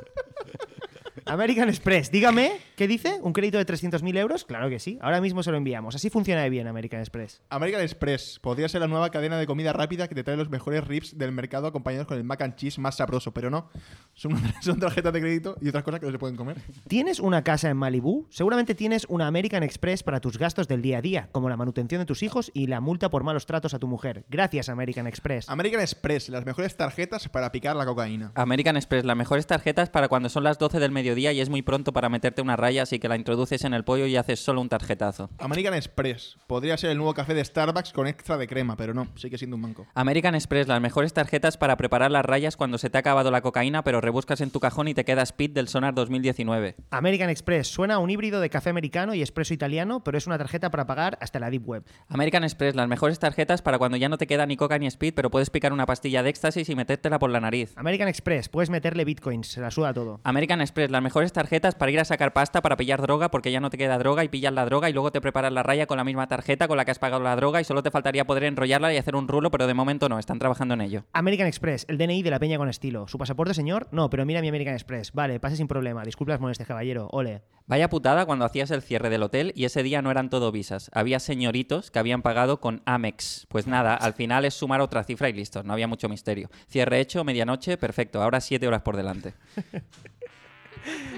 American Express, dígame, ¿qué dice? ¿Un crédito de 300.000 euros? Claro que sí, ahora mismo se lo enviamos. Así funciona de bien American Express.
American Express podría ser la nueva cadena de comida rápida que te trae los mejores rips del mercado acompañados con el mac and cheese más sabroso, pero no. Son, (laughs) son tarjetas de crédito y otras cosas que no se pueden comer.
¿Tienes una casa en Malibú? Seguramente tienes una American Express para tus gastos del día a día, como la manutención de tus hijos y la multa por malos tratos a tu mujer. Gracias, American Express.
American Express, las mejores tarjetas para picar la cocaína.
American Express, las mejores tarjetas para cuando son las 12 del mediodía y es muy pronto para meterte una raya, así que la introduces en el pollo y haces solo un tarjetazo.
American Express podría ser el nuevo café de Starbucks con extra de crema, pero no, sigue siendo un banco.
American Express, las mejores tarjetas para preparar las rayas cuando se te ha acabado la cocaína, pero rebuscas en tu cajón y te queda Speed del Sonar 2019.
American Express suena a un híbrido de café americano y expreso italiano, pero es una tarjeta para pagar hasta la Deep Web.
American Express, las mejores tarjetas para cuando ya no te queda ni coca ni Speed, pero puedes picar una pastilla de éxtasis y metértela por la nariz.
American Express, puedes meterle bitcoins, se la suda todo.
American Express, las mejores tarjetas para ir a sacar pasta para pillar droga porque ya no te queda droga y pillas la droga y luego te preparas la raya con la misma tarjeta con la que has pagado la droga y solo te faltaría poder enrollarla y hacer un rulo, pero de momento no, están trabajando en ello.
American Express, el DNI de la peña con estilo. ¿Su pasaporte, señor? No, pero mira mi American Express. Vale, pase sin problema. Disculpe las molestias, caballero. Ole.
Vaya putada cuando hacías el cierre del hotel y ese día no eran todo visas. Había señoritos que habían pagado con Amex. Pues nada, al final es sumar otra cifra y listo, no había mucho misterio. Cierre hecho, medianoche, perfecto, ahora siete horas por delante.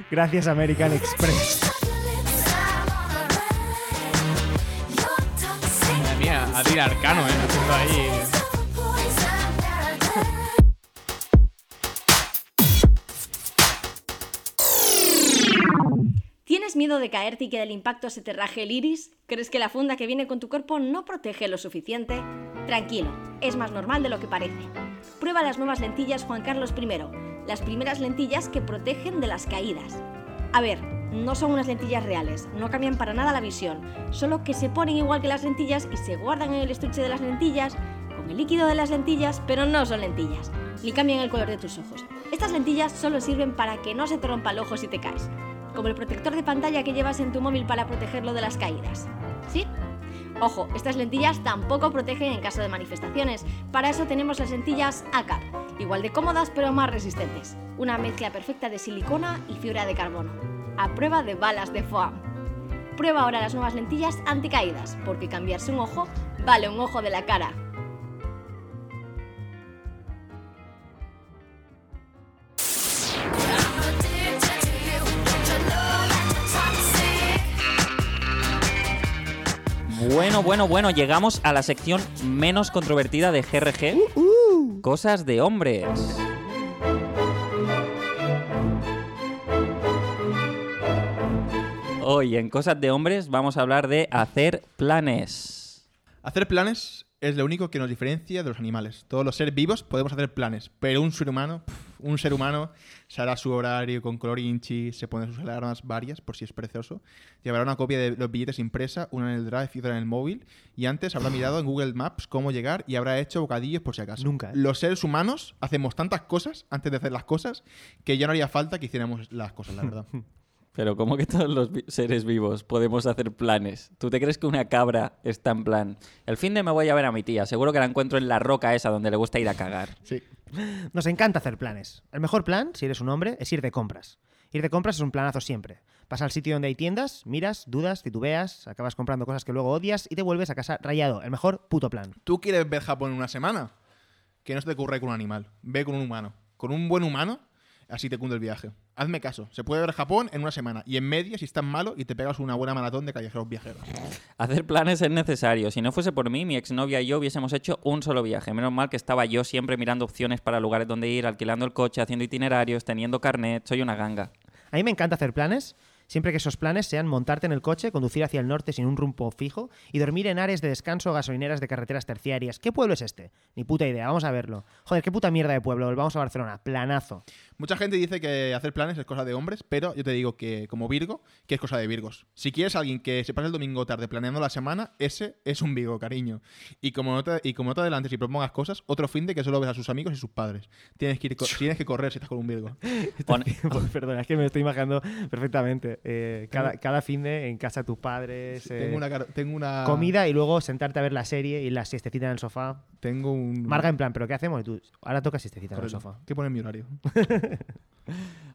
Gracias, American Express.
Madre mía, Adri Arcano, ¿eh? Haciendo ahí.
(laughs)
¿Tienes miedo de caerte y que del impacto se te raje el iris? ¿Crees que la funda que viene con tu cuerpo no protege lo suficiente? Tranquilo, es más normal de lo que parece. Prueba las nuevas lentillas Juan Carlos I, las primeras lentillas que protegen de las caídas. A ver, no son unas lentillas reales, no cambian para nada la visión, solo que se ponen igual que las lentillas y se guardan en el estuche de las lentillas, con el líquido de las lentillas, pero no son lentillas, ni cambian el color de tus ojos. Estas lentillas solo sirven para que no se te rompa el ojo si te caes, como el protector de pantalla que llevas en tu móvil para protegerlo de las caídas. ¿Sí? Ojo, estas lentillas tampoco protegen en caso de manifestaciones. Para eso tenemos las lentillas ACAP, igual de cómodas pero más resistentes. Una mezcla perfecta de silicona y fibra de carbono. A prueba de balas de foam. Prueba ahora las nuevas lentillas anticaídas, porque cambiarse un ojo vale un ojo de la cara.
Bueno, bueno, bueno, llegamos a la sección menos controvertida de GRG. Cosas de hombres. Hoy en Cosas de hombres vamos a hablar de hacer planes.
Hacer planes es lo único que nos diferencia de los animales. Todos los seres vivos podemos hacer planes, pero un ser humano, pf, un ser humano se hará su horario con color inchi, se pone sus alarmas varias por si es perezoso, llevará una copia de los billetes impresa, una en el drive y otra en el móvil, y antes habrá mirado en Google Maps cómo llegar y habrá hecho bocadillos por si acaso.
Nunca, ¿eh?
Los seres humanos hacemos tantas cosas antes de hacer las cosas que ya no haría falta que hiciéramos las cosas, la
(laughs)
verdad.
Pero ¿cómo que todos los vi- seres vivos podemos hacer planes? ¿Tú te crees que una cabra está en plan? El fin de me voy a ver a mi tía, seguro que la encuentro en la roca esa donde le gusta ir a cagar. (laughs)
Sí.
Nos encanta hacer planes. El mejor plan, si eres un hombre, es ir de compras. Ir de compras es un planazo siempre. Vas al sitio donde hay tiendas, miras, dudas, titubeas, acabas comprando cosas que luego odias y te vuelves a casa rayado. El mejor puto plan.
¿Tú quieres ver Japón en una semana? Que no se te ocurra ir con un animal. Ve con un humano. Con un buen humano, así te cunde el viaje. Hazme caso. Se puede ver Japón en una semana. Y en medio, si estás malo, y te pegas una buena maratón de callejeros viajeros.
Hacer planes es necesario. Si no fuese por mí, mi exnovia y yo hubiésemos hecho un solo viaje. Menos mal que estaba yo siempre mirando opciones para lugares donde ir, alquilando el coche, haciendo itinerarios, teniendo carnet. Soy una ganga.
A mí me encanta hacer planes, siempre que esos planes sean montarte en el coche, conducir hacia el norte sin un rumbo fijo y dormir en áreas de descanso o gasolineras de carreteras terciarias. ¿Qué pueblo es este? Ni puta idea, vamos a verlo. Joder, qué puta mierda de pueblo, volvamos a Barcelona. (laughs) Planazo.
Mucha gente dice que hacer planes es cosa de hombres, pero yo te digo que, como Virgo, que es cosa de Virgos. Si quieres a alguien que se pase el domingo tarde planeando la semana, ese es un Virgo, cariño. Y como no te, y como no te adelantes y propongas cosas, otro fin de que solo ves a sus amigos y sus padres. Tienes que, ir co-
(laughs)
tienes que correr si estás con un Virgo.
Pon-
Perdona, es que me estoy imaginando perfectamente. Eh, cada, cada fin de en casa de tus padres. eh,
Tengo una... cara- Tengo una
comida y luego sentarte a ver la serie y la siestecita en el sofá.
Tengo un...
Marga, en plan, ¿pero qué hacemos? Y tú, ahora toca siestecita en el
Correcto.
sofá.
¿Qué pone en mi horario?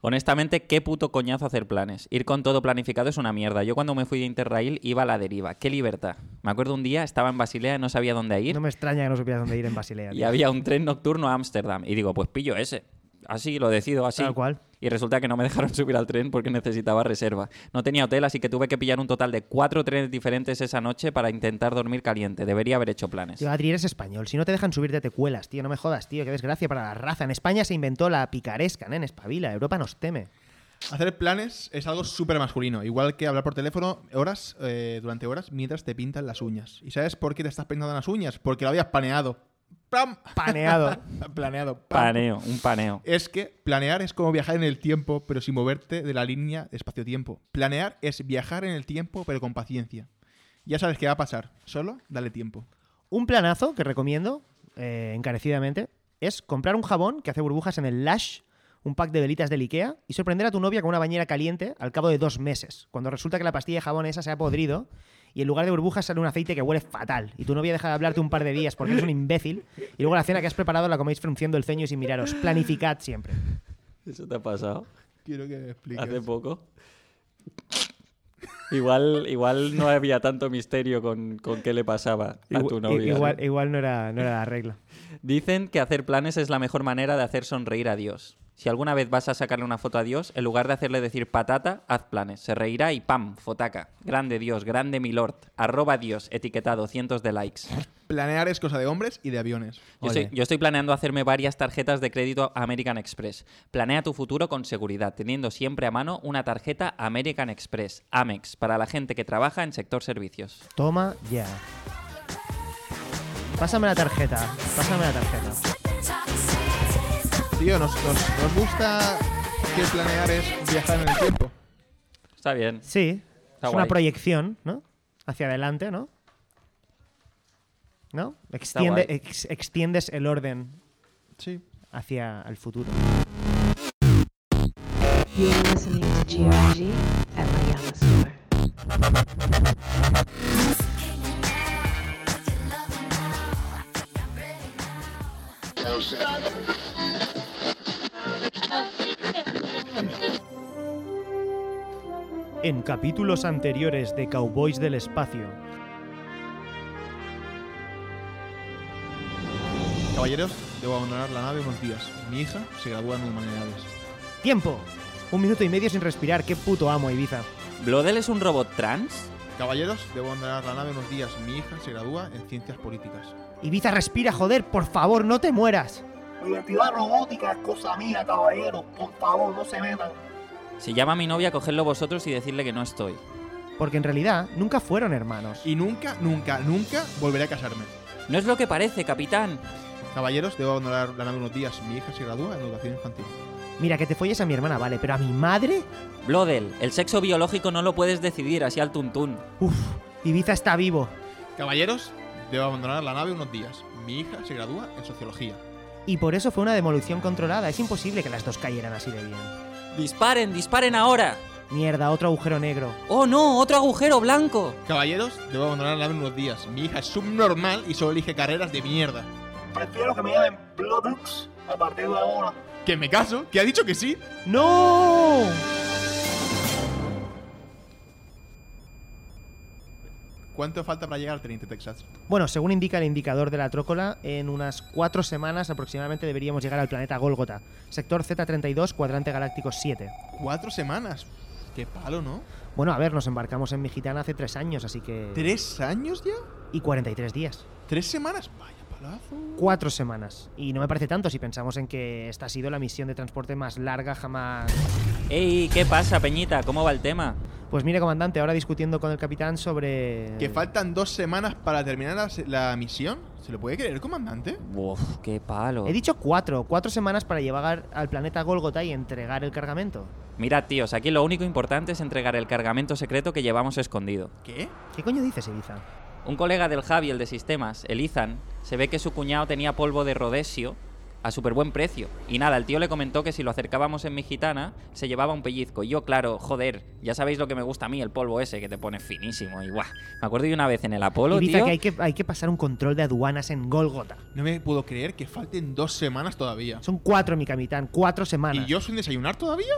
Honestamente, qué puto coñazo hacer planes. Ir con todo planificado es una mierda. Yo cuando me fui de Interrail iba a la deriva. Qué libertad. Me acuerdo un día, estaba en Basilea, no sabía dónde ir.
No me extraña que no supieras dónde ir en Basilea.
Y
tío.
había un tren nocturno a Ámsterdam. Y digo, pues pillo ese. Así, lo decido así.
Tal cual.
Y resulta que no me (laughs) dejaron subir al tren porque necesitaba reserva. No tenía hotel, así que tuve que pillar un total de cuatro trenes diferentes esa noche para intentar dormir caliente. Debería haber hecho planes.
Tío, Adri, eres español. Si no te dejan subirte, te cuelas, tío. No me jodas, tío. Qué desgracia para la raza. En España se inventó la picaresca, ¿no? En espabila. Europa nos teme.
(laughs) Hacer planes es algo súper masculino, igual que hablar por teléfono horas, eh, durante horas, mientras te pintan las uñas. ¿Y sabes por qué te estás pintando las uñas? Porque lo habías planeado. ¡Pam!
Paneado.
planeado. ¡Pam!
Paneo, un paneo.
Es que planear es como viajar en el tiempo, pero sin moverte de la línea espacio-tiempo. Planear es viajar en el tiempo, pero con paciencia. Ya sabes qué va a pasar. Solo dale tiempo.
Un planazo que recomiendo, eh, encarecidamente, es comprar un jabón que hace burbujas en el Lush, un pack de velitas del Ikea y sorprender a tu novia con una bañera caliente al cabo de dos meses, cuando resulta que la pastilla de jabón esa se ha podrido y en lugar de burbujas sale un aceite que huele fatal y tu novia deja de hablarte un par de días porque eres un imbécil y luego la cena que has preparado la coméis frunciendo el ceño y sin miraros. Planificad siempre.
¿Eso te ha pasado?
Quiero que me expliques.
Hace poco. Igual, igual no había tanto misterio con, con qué le pasaba a tu
Igu-
novia. ¿eh? ¿no?
Igual, igual no, era, no era la regla.
Dicen que hacer planes es la mejor manera de hacer sonreír a Dios. Si alguna vez vas a sacarle una foto a Dios, en lugar de hacerle decir patata, haz planes. Se reirá y ¡pam! Fotaca. Grande Dios, grande milord. Arroba Dios, etiquetado, cientos de likes.
Planear es cosa de hombres y de aviones.
Yo
Ole.
estoy, yo estoy planeando hacerme varias tarjetas de crédito a American Express. Planea tu futuro con seguridad, teniendo siempre a mano una tarjeta American Express, Amex, para la gente que trabaja en sector servicios.
Toma ya. Pásame la tarjeta. Pásame la tarjeta.
Tío, nos, nos- nos gusta que planear es viajar en el tiempo.
Está bien.
Sí.
Está
es
guay.
una proyección, ¿no? Hacia adelante, ¿no? ¿No? Extiende,
guay.
ex- extiendes el orden
Sí.
hacia el futuro.
You're listening to GRG at my Yama store.
En capítulos anteriores de Cowboys del Espacio.
Caballeros, debo abandonar la nave unos días. Mi hija se gradúa en humanidades.
¡Tiempo! Un minuto y medio sin respirar. ¡Qué puto amo, Ibiza!
¿Blodel es un robot trans?
Caballeros, debo abandonar la nave unos días. Mi hija se gradúa en ciencias políticas.
Ibiza, respira, joder, por favor, no te mueras.
Mi identidad robótica es cosa mía, caballero. Por favor, no se metan.
Si llama a mi novia, cogedlo vosotros y decirle que no estoy.
Porque en realidad nunca fueron hermanos.
Y nunca, nunca, nunca volveré a casarme.
No es lo que parece, capitán.
Caballeros, debo abandonar la nave unos días. Mi hija se gradúa en educación infantil.
Mira, que te folles a mi hermana, vale, pero a mi madre.
Blodel, el sexo biológico no lo puedes decidir así al tuntún.
Uf, Ibiza está vivo.
Caballeros, debo abandonar la nave unos días. Mi hija se gradúa en sociología.
Y por eso fue una demolición controlada. Es imposible que las dos cayeran así de bien.
¡Disparen, disparen ahora!
Mierda, otro agujero negro.
¡Oh no, otro agujero blanco!
Caballeros, debo abandonar la nave unos días. Mi hija es subnormal y solo elige carreras de mierda.
Prefiero que me llamen Bloodux a partir de ahora.
¿Que me caso? ¿Que ha dicho que sí?
¡No!
¿Cuánto falta para llegar al 30 Texas?
Bueno, según indica el indicador de la trócola, en unas cuatro semanas aproximadamente deberíamos llegar al planeta Gólgota, sector Z32, cuadrante galáctico 7.
Cuatro semanas. Qué palo, ¿no?
Bueno, a ver, nos embarcamos en Mexicana hace tres años, así que...
¿Tres años ya?
Y 43 días.
¿Tres semanas? Vaya palazo.
Cuatro semanas. Y no me parece tanto si pensamos en que esta ha sido la misión de transporte más larga jamás...
¡Ey, qué pasa, Peñita! ¿Cómo va el tema?
Pues mire, comandante, ahora discutiendo con el capitán sobre...
¿Que faltan dos semanas para terminar la, se- la misión? ¿Se lo puede creer, comandante?
Uf, qué palo.
He dicho cuatro, cuatro semanas para llevar al planeta Golgota y entregar el cargamento.
Mirad, tíos, aquí lo único importante es entregar el cargamento secreto que llevamos escondido.
¿Qué?
¿Qué coño dices, Ibiza?
Un colega del Javi, el de sistemas, el Izan, se ve que su cuñado tenía polvo de rodesio a súper buen precio. Y nada, el tío le comentó que si lo acercábamos en mi gitana, se llevaba un pellizco. Y yo, claro, joder, ya sabéis lo que me gusta a mí, el polvo ese que te pone finísimo. Y guau, me acuerdo de una vez en el Apolo,
Ibiza,
tío.
que hay, que hay que pasar un control de aduanas en Golgota.
No me puedo creer que falten dos semanas todavía.
Son cuatro, mi capitán, cuatro semanas.
¿Y yo sin desayunar todavía?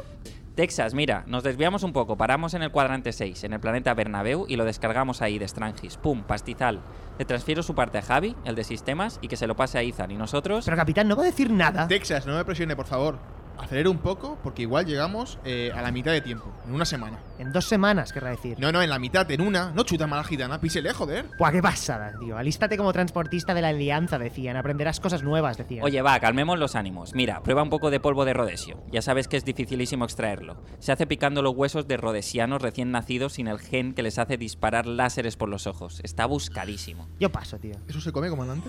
Texas, mira, nos desviamos un poco, paramos en el cuadrante 6, en el planeta Bernabéu, y lo descargamos ahí de Strangis. Pum, pastizal. Le transfiero su parte a Javi, el de sistemas, y que se lo pase a Izan. Y nosotros...
Pero capitán, no va a decir nada.
Texas, no me presione, por favor. Acelere un poco porque igual llegamos eh, a la mitad de tiempo, en una semana.
En dos semanas, querrá decir.
No, no, en la mitad, en una. No chuta mala gitana, písele, joder.
Buah, qué pasada, tío. Alístate como transportista de la alianza, decían. Aprenderás cosas nuevas, decían.
Oye, va, calmemos los ánimos. Mira, prueba un poco de polvo de rodesio. Ya sabes que es dificilísimo extraerlo. Se hace picando los huesos de rodesianos recién nacidos sin el gen que les hace disparar láseres por los ojos. Está buscadísimo.
Yo paso, tío.
¿Eso se come, comandante?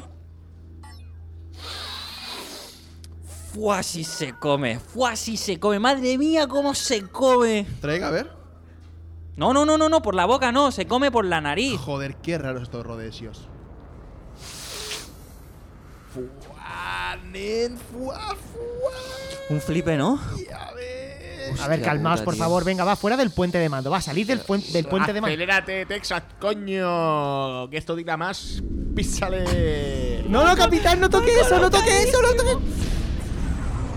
¡Fua si se come! ¡Fua si se come! ¡Madre mía, cómo se come!
Traiga, a ver.
No, no, no, no, no, por la boca no, se come por la nariz.
Joder, qué raros estos rodesios. Fua, Nen, fuá,
Un flipe, ¿no?
A ver,
Hostia
calmaos,
puta,
por
tío.
favor. Venga, va, fuera del puente de mando. Va, salid del, puen- del puente de mando.
Acelérate, Texas, coño. Que esto diga más. Písale.
No, no, capitán, no toque eso, no toque eso, no toque.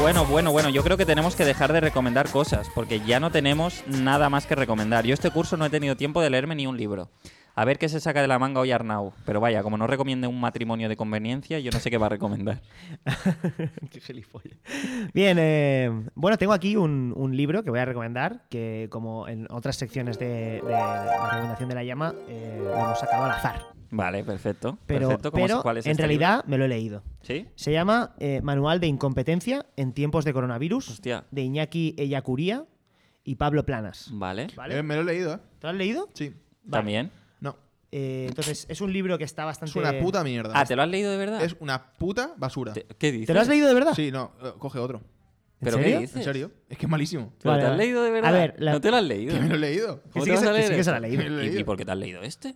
Bueno, bueno, bueno, yo creo que tenemos que dejar de recomendar cosas, porque ya no tenemos nada más que recomendar. Yo este curso no he tenido tiempo de leerme ni un libro. A ver qué se saca de la manga hoy Arnau. Pero vaya, como no recomiende un matrimonio de conveniencia, yo no sé qué va a
(laughs)
recomendar.
(laughs) Qué gilipollas. Bien, eh, bueno, tengo aquí un, un libro que voy a recomendar, que como en otras secciones de, de la recomendación de la llama, eh, lo hemos sacado al azar.
Vale, perfecto.
Pero,
perfecto. ¿Cómo es-
pero
cuál es
en
este
realidad me lo he leído.
libro? ¿Sí?
Se llama eh, Manual de Incompetencia en tiempos de coronavirus,
Hostia. Mm.
de Iñaki Ellacuría y Pablo Planas.
Vale.
¿Vale?
Eh, me lo he leído, ¿eh?
¿Te lo has leído?
Sí.
También.
No.
Eh, entonces, es un libro que está bastante...
Es una puta mierda.
Ah, ¿te lo has leído de verdad?
Es una puta basura.
Te- ¿Qué dices?
¿Te lo has leído de verdad?
Sí, no, eh, coge otro.
¿Pero
serio?
qué dices?
¿En serio? Es que es malísimo.
¿Pero
Vale,
te has
vale.
leído de verdad?
A ver, la-
¿No te lo has leído?
Que me lo he leído.
¿Cómo
sí
te vas
que se-
a
que sí
leer
que se lo ha
esto?
leído.
Me lo he
¿Y- ¿Y
leído.
por qué te has leído este?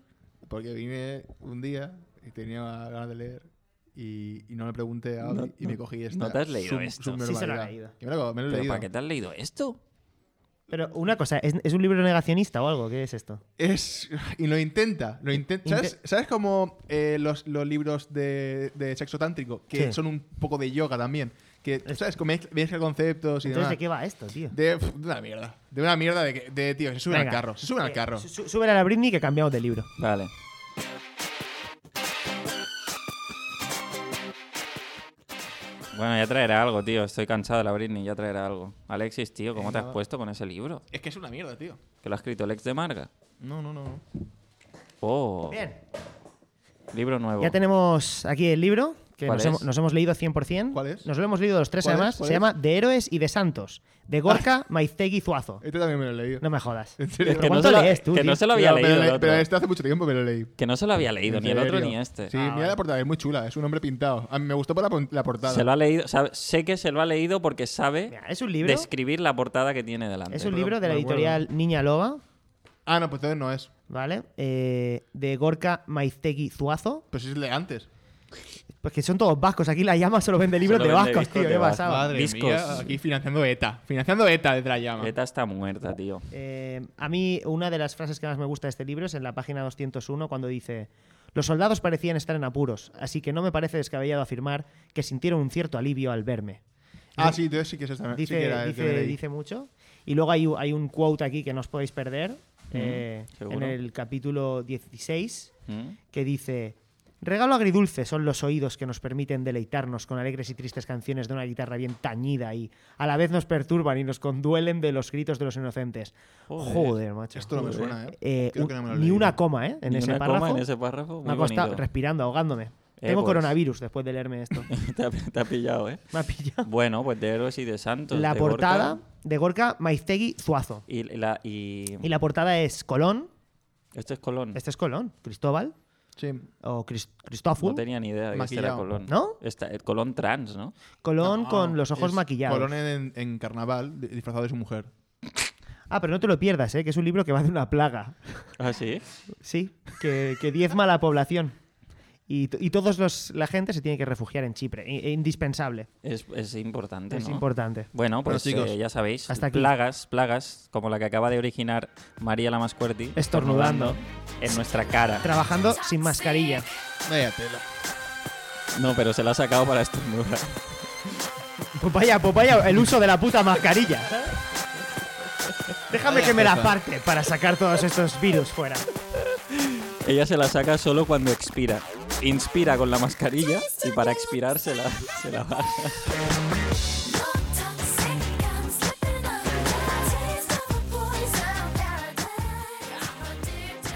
Porque vine un día y tenía ganas de leer y, y no le pregunté a
No,
Abby y
no,
me cogí esta.
no te has leído
sub-
esto.
subnormalidad.
Sí se lo ha leído.
Que me lo, me lo he
¿Pero
leído.
para qué te has leído esto?
Pero una cosa, ¿es, es un libro negacionista o algo? ¿Qué es esto?
Es, y lo intenta. Lo intenta. ¿Sabes, ¿sabes como eh, los, los libros de, de sexo tántrico? Que
¿Qué?
son un poco de yoga también. Que,
Es-
¿sabes? Como mezcla mezcla conceptos y
Entonces, ¿de
demás.
qué va esto, tío?
De, pf, de una mierda. De una mierda de, que- de tío, se suben
Venga.
al carro. Se suben al carro.
Eh, su- súbele a la Britney que cambiamos de libro.
Vale. Bueno, ya traerá algo, tío. Estoy cansado de la Britney, ya traerá algo. Alexis, tío, ¿cómo te has puesto con ese libro?
Es que es una mierda, tío.
Que lo ha escrito el ex de Marga.
No, no, no. no.
Oh,
Bien.
libro
Oh.
nuevo.
Ya tenemos aquí el libro que
¿Cuál
nos
es?
hemos, nos hemos leído 100%.
¿Cuál es?
Nos lo hemos leído los tres
¿Cuál es?
además.
¿Cuál
Se
es?
llama De Héroes y de Santos, de Gorka, Maiztegui, Zuazo.
Este también me lo he leído.
No me jodas.
¿En serio?
Es
¿Pero
que no
cuánto
se lo,
lees tú,
que
tío?
no se lo había
pero,
leído
le-
el otro.
pero este hace mucho tiempo me lo leí.
Que no se lo había leído,
¿En
ni el otro
serio?
ni este.
Sí, mira la portada, es muy chula, es un hombre pintado. A mí me gustó por la, pon- la portada.
Se lo ha leído, sabe- sé que se lo ha leído porque sabe
Mira, es un libro.
describir la portada que tiene delante.
Es un
pero
libro de la
me acuerdo.
editorial Niña Loba,
Ah, no, pues entonces no es.
¿vale? Eh, de Gorka Maiztegui Zuazo.
Pero si es el de antes.
Pues que son todos vascos. Aquí la llama solo vende libros
Solo
de
vende
vascos,
discos
tío.
de
¿Qué
vascos.
pasaba?
Madre
Discos.
mía, aquí financiando ETA. Financiando ETA desde la llama.
Beta está muerta,
(laughs)
tío.
Eh, a mí una de las frases que más me gusta de este libro es en la página 201 cuando dice, los soldados parecían estar en apuros, así que no me parece descabellado afirmar que sintieron un cierto alivio al verme. Eh,
Ah, sí, entonces sí que es esta. sí que
Dice,
era el que
dice-
leí.
dice mucho. Y luego hay, u- hay un quote aquí que no os podéis perder eh, en
seguro.
el capítulo 16
¿Mm?
que dice, regalo agridulce son los oídos que nos permiten deleitarnos con alegres y tristes canciones de una guitarra bien tañida y a la vez nos perturban y nos conduelen de los gritos de los inocentes. Joder,
Joder.
macho.
Esto no me
Joder.
suena, ¿eh?
Eh,
Creo
un-
que no me lo he
ni
leído.
una coma, ¿eh? En
Ni
ese
una coma
párrafo.
en ese párrafo,
me
muy
ha costado
bonito.
respirando, ahogándome.
Eh,
Tengo
pues.
coronavirus después de
(laughs)
leerme esto.
te, ha, te ha pillado, ¿eh?
me ha pillado.
Bueno, pues de héroes y de santos.
la
de
portada
Gorka
de Gorka Maiztegui Zuazo.
y la y,
Y la portada es Colón.
este es Colón.
Este es Colón. Cristóbal.
Sí.
O Cris- Cristóful.
no tenía ni idea de que este era
Maquillado.
Colón.
¿No?
Esta- el Colón trans, ¿no?
Colón
No,
con los ojos
es
maquillados.
Colón en, en carnaval, di- disfrazado de su mujer.
Ah, pero no te lo pierdas, ¿eh? que es un libro que va de una plaga.
Ah, sí.
Sí, que, que diezma a la población. Y, t- y todos los la gente se tiene que refugiar en Chipre. I- e indispensable.
Es, es importante,
Es
¿no?
importante.
Bueno, pues
Bueno, chicos,
eh, ya sabéis,
hasta aquí.
plagas, plagas, como la que acaba de originar María Lamascuerti.
Estornudando.
En nuestra cara.
Trabajando sin mascarilla.
Vaya tela.
No, pero se la ha sacado para estornudar.
Pues vaya, pues vaya el uso de la puta mascarilla. ¿sabes? Déjame
Vaya
que me la
jefa.
parte para sacar todos estos virus fuera.
Ella se la saca solo cuando expira. Inspira con la mascarilla y para expirar se la, se la baja.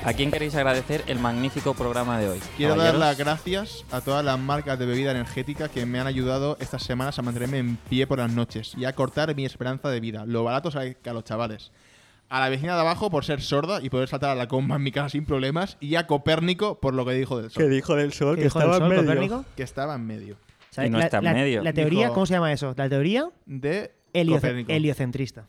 ¿A quién queréis agradecer el magnífico programa de hoy?
Quiero dar las
caballeros?
gracias a todas las marcas de bebida energética que me han ayudado estas semanas a mantenerme en pie por las noches y a cortar mi esperanza de vida. Lo barato sale a los chavales. A la vecina de abajo por ser sorda y poder saltar a la comba en mi casa sin problemas. Y a Copérnico por lo que dijo del sol.
¿Qué dijo del sol?
¿Qué Que dijo del estaba en sol, medio. Copérnico?
Que estaba en medio.
¿Sabes? La- la, La teoría,
Dijo
¿cómo se llama eso? La teoría
De
helioce-
Copérnico.
heliocentrista.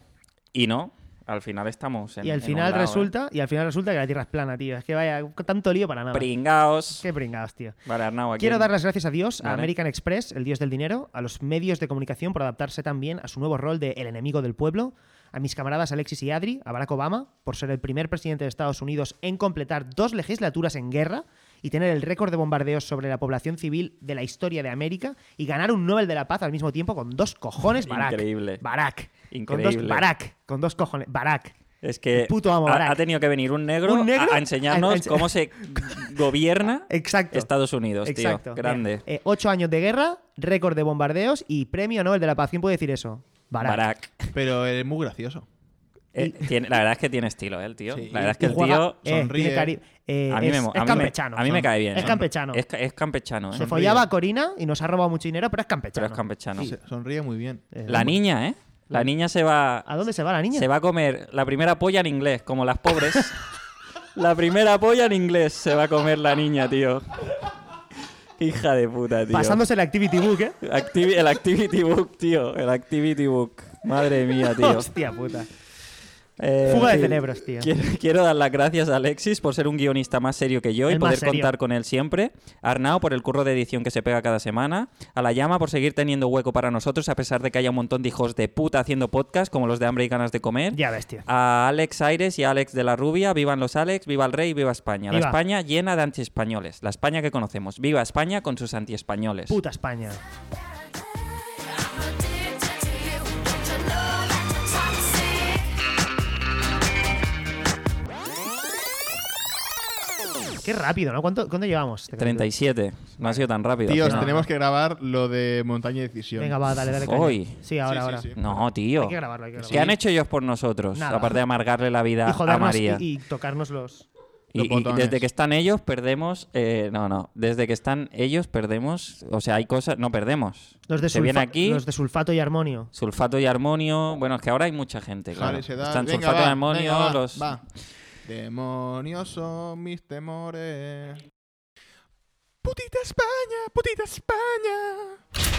Y no, al final estamos en
y al
en un
final
lado, ¿eh?
resulta, y al final resulta que la Tierra es plana, tío. Es que vaya, tanto lío para nada.
Pringaos.
Qué pringaos, tío.
Vale, Arnau, ¿a
Quiero
quién?
dar las gracias a Dios, a
Vale.
American Express, el dios del dinero, a los medios de comunicación por adaptarse también a su nuevo rol de el enemigo del pueblo, a mis camaradas Alexis y Adri, a Barack Obama por ser el primer presidente de Estados Unidos en completar dos legislaturas en guerra y tener el récord de bombardeos sobre la población civil de la historia de América y ganar un Nobel de la Paz al mismo tiempo con dos cojones, Barack.
Increíble.
Barack. Con
Increíble.
dos Barack. Con dos cojones. Barack.
Es que
Puto amo,
ha,
Barack.
ha tenido que venir un negro,
¿Un
a-
negro?
a enseñarnos
A- a-
cómo
(laughs)
se gobierna
Exacto.
Estados Unidos,
Exacto.
tío. Grande.
Mira, eh, ocho años de guerra, récord de bombardeos y premio Nobel de la Paz. ¿Quién puede decir eso? Barack.
Barack.
Pero es muy gracioso.
Eh, tiene- la verdad es que tiene estilo, ¿eh, el tío.
Sí.
La verdad es que
Y
el
juega-
tío
eh, Sonríe. tiene cari-
eh,
a mí me,
es-
mo-
es
a mí me-
campechano,
a mí me
son-
cae bien.
es
¿eh?
campechano.
Es, ca- es campechano. ¿eh?
Se follaba a Corina y nos ha robado mucho dinero, pero es campechano.
Pero es campechano.
Sí, sonríe muy bien.
La niña, ¿eh? La niña se va.
¿A dónde se va la niña?
Se va a comer la primera polla en inglés, como las
(laughs)
pobres. la primera polla en inglés se va a comer la niña, tío. Hija de puta, tío.
Pasándose el Activity
(laughs)
Book, ¿eh?
Activi- el Activity Book, tío. El Activity Book. Madre mía, tío.
Hostia puta.
Eh,
Fuga de
sí.
cerebros, tío.
Quiero, quiero dar las gracias a Alexis por ser un guionista más serio que yo y
El más
poder
serio.
contar con él siempre. A Arnau por el curro de edición que se pega cada semana. A La Llama por seguir teniendo hueco para nosotros a pesar de que haya un montón de hijos de puta haciendo podcast como los de Hambre y Ganas de Comer.
Ya ves, tío.
A Alex Aires y a Alex de la Rubia. Vivan los Alex, viva el rey, viva España. La
Viva.
España llena de antiespañoles. La España que conocemos. Viva España con sus antiespañoles.
Puta España. Qué rápido, ¿no? ¿Cuánto, cuánto llevamos? este capítulo?
37. No ha sido tan rápido.
Tíos,
al final.
tenemos que grabar lo de Montaña y Decisión.
Venga, va, dale, dale. caña.
Hoy.
Sí,
Sí,
ahora,
sí,
ahora.
sí.
No, tío.
Hay que grabarlo, hay que
¿Qué
grabarlo.
han hecho ellos por nosotros?
Nada.
Aparte de amargarle la vida
Y
a
jodernos y,
María.
y tocarnos los.
Y-
Los
y
botones.
desde que están ellos, perdemos. eh, no, no. Desde que están ellos, perdemos. O sea, hay cosas. No perdemos.
Los de,
Se viene
sulfa-
aquí.
los de sulfato y armonio.
Sulfato y armonio. Bueno, es que ahora hay mucha gente.
Jale,
Claro.
se da-
Están
venga,
sulfato
va,
y armonio.
venga, va,
los...
va. Demonios son mis temores. Putita España, putita España.